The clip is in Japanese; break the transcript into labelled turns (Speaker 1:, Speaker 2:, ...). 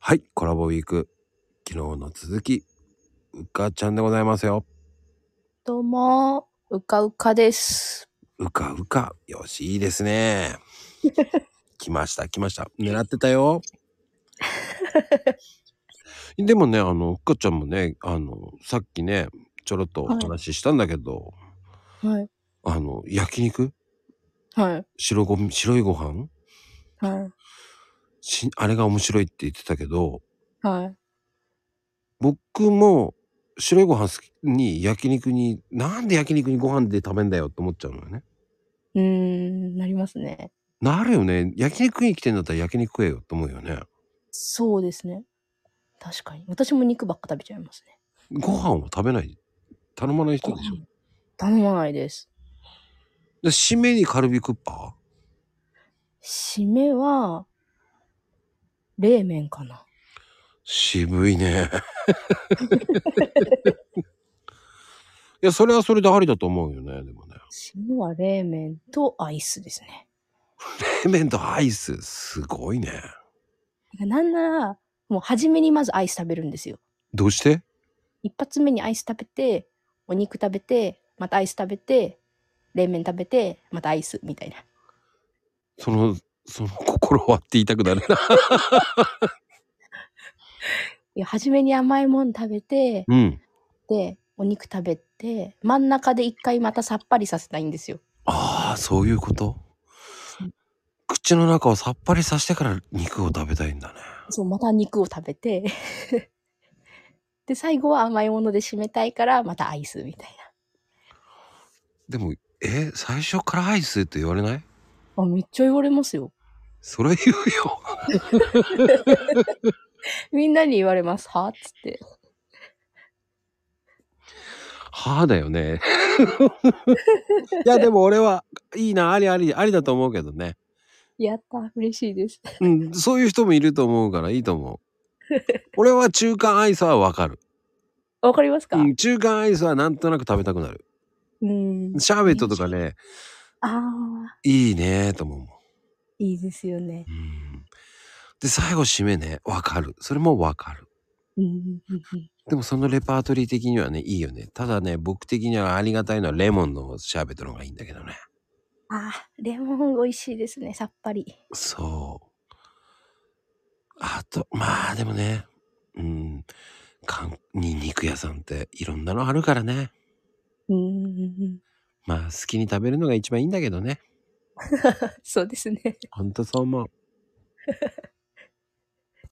Speaker 1: はい、コラボウィーク。昨日の続き、うかちゃんでございますよ。
Speaker 2: どうも、うかうかです。
Speaker 1: うかうか。よし、いいですね。来ました、来ました。狙ってたよ。でもね、あの、うかちゃんもね、あの、さっきね、ちょろっとお話ししたんだけど、
Speaker 2: はい。
Speaker 1: あの、焼肉
Speaker 2: はい。
Speaker 1: 白ご、白いご飯
Speaker 2: は
Speaker 1: しあれが面白いって言ってたけど、
Speaker 2: い。はい。
Speaker 1: 僕も白いご飯好きに焼肉に、なんで焼肉にご飯で食べんだよって思っちゃうのよね。
Speaker 2: うーん、なりますね。
Speaker 1: なるよね。焼肉に来てんだったら焼肉食えよって思うよね。
Speaker 2: そうですね。確かに。私も肉ばっか食べちゃいますね。
Speaker 1: ご飯を食べない。頼まない人でしょ。
Speaker 2: 頼まないです。
Speaker 1: で、締めにカルビクッパ
Speaker 2: 締めは、冷麺かな。
Speaker 1: 渋い ね。いや、それはそれでありだと思うよね。でもね。
Speaker 2: 締めは冷麺とアイスですね。
Speaker 1: 冷麺とアイス、すごいね。
Speaker 2: なんなら、もう初めにまずアイス食べるんですよ。
Speaker 1: どうして
Speaker 2: 一発目にアイス食べて、お肉食べて、またアイス食べて、冷麺食べて、またアイスみたいな。
Speaker 1: その、その心はって言いたくなるな。
Speaker 2: いや初めに甘いもん食べて、
Speaker 1: うん。
Speaker 2: でお肉食べて真ん中で一回またさっぱりさせたいんですよ
Speaker 1: ああ、そういうこと
Speaker 2: うん。
Speaker 1: 口の中をさっぱりさせてから肉を食べたいんだね。
Speaker 2: そうまた肉を食べて で最後は甘いもので締めたいからまたアイスみたい
Speaker 1: でも、え、最初からアイスって言われない
Speaker 2: なあめっちゃ言われますよ
Speaker 1: それ言うよ。
Speaker 2: みんなに言われますはっつって
Speaker 1: はあだよね。 いや、でも俺は、いいな、ありあり、ありだと思うけどね。
Speaker 2: やった嬉しいです
Speaker 1: うん、そういう人もいると思うからいいと 思う。俺は中間アイスはわかる。
Speaker 2: わかりますか
Speaker 1: う、
Speaker 2: うん
Speaker 1: 中間アイスはなんとなく食べたくなる。
Speaker 2: ーん
Speaker 1: シャーベットとかね、
Speaker 2: あ
Speaker 1: いいねと思うもん。
Speaker 2: ーいいですよね
Speaker 1: うんで、最後締めね、わかる。それもわかる。
Speaker 2: うんうんうん
Speaker 1: でもそのレパートリー的にはね、いいよね。ただね、僕的にはありがたいのはレモンのシャーベットの方がいいんだけどね。
Speaker 2: あーレモン美味しいですねさっぱり
Speaker 1: そう。あと、まあでもね、うん、かん、にんにく屋さんっていろんなのあるからね。
Speaker 2: うーん
Speaker 1: まあ好きに食べるのが一番いいんだけどね。
Speaker 2: そうですね
Speaker 1: ほんとそう思う。